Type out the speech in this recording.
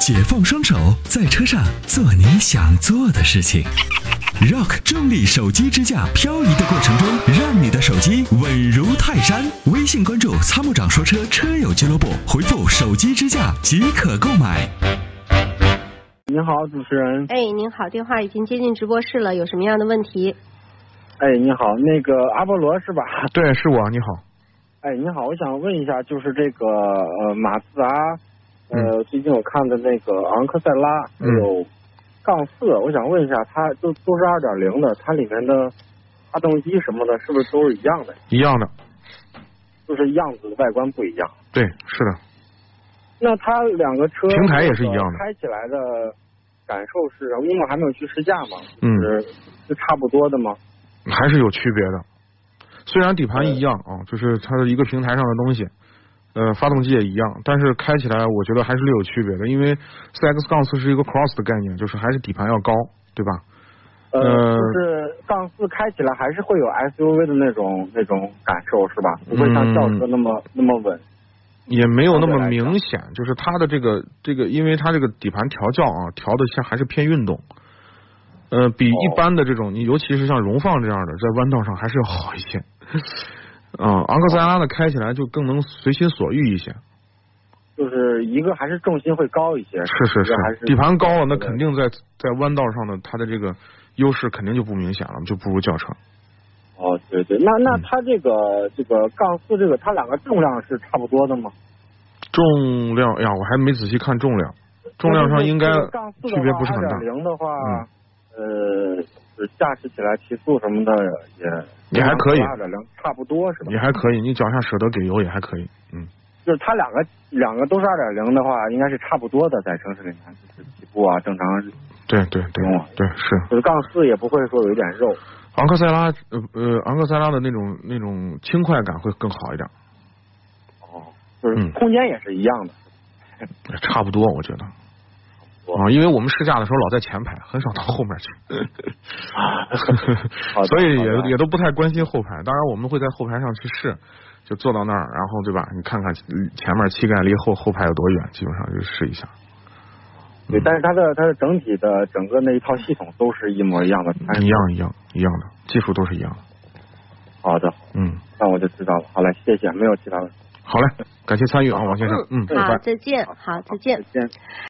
解放双手，在车上做你想做的事情。Rock 重力手机支架，漂移的过程中，让你的手机稳如泰山。微信关注“参谋长说车”车友俱乐部，回复“手机支架”即可购买。您好，主持人。哎，您好，电话已经接进直播室了，有什么样的问题？哎，你好，那个阿波罗是吧？ 对，是我，你好。哎，你好，我想问一下，就是这个呃马自达，呃、嗯最近我看的那个昂克赛拉，还有杠四，我想问一下，它都都是二点零的，它里面的发动机什么的，是不是都是一样的？一样的，就是样子外观不一样。对，是的。那它两个车平台也是一样那的个开起来的感受是什么？因为我还没有去试驾嘛，嗯就是是差不多的吗？还是有区别的。虽然底盘一样啊，就是它的一个平台上的东西，呃，发动机也一样，但是开起来我觉得还是略有区别的，因为 CX 杠四是一个 cross 的概念，就是还是底盘要高，对吧？呃，呃就是杠四开起来还是会有 SUV 的那种那种感受是吧？不会像嗯轿车那么、那么稳。也没有那么相对来讲明显，就是它的这个这个，因为它这个底盘调教啊，调的像还是偏运动，呃，哦比一般的这种，你尤其是像荣放这样的，在弯道上还是要好一些。 啊、昂克赛拉呢，开起来就更能随心所欲一些。就是一个还是重心会高一些，是一是个还是，是底盘高了，那对肯定在在弯道上的它的这个优势肯定就不明显了，就不如轿车。哦，对对，那那嗯它这个这个杠四这个，它两个重量是差不多的吗？重量哎呀，我还没仔细看重量，重量上应该那就是这个杠四的区别不是很大。嗯零的话，呃，就是驾驶起来提速什么的也也还可以二点零差不多是吧也？还可以，你脚下舍得给油也还可以，嗯。就是它两个两个都是二点零的话，应该是差不多的，在城市里面就是起步啊，正常对对对用啊对是，就是杠四也不会说有一点肉。昂克赛拉呃呃昂克赛拉的那种那种轻快感会更好一点，哦，就是嗯空间也是一样的。差不多我觉得。啊，因为我们试驾的时候老在前排，很少到后面 好的去，所以好的也也都不太关心后排。当然，我们会在后排上去试，就坐到那儿，然后对吧？你看看前面膝盖离后后排有多远，基本上就试一下。对，嗯但是它的它的整体的整个那一套系统都是一模一样的。但是一样一样一样的，技术都是一样的。好的，嗯，那我就知道了。好嘞，谢谢，没有其他的。好嘞，感谢参与啊，王先生。嗯，拜拜好，。再见。好，再见再。见。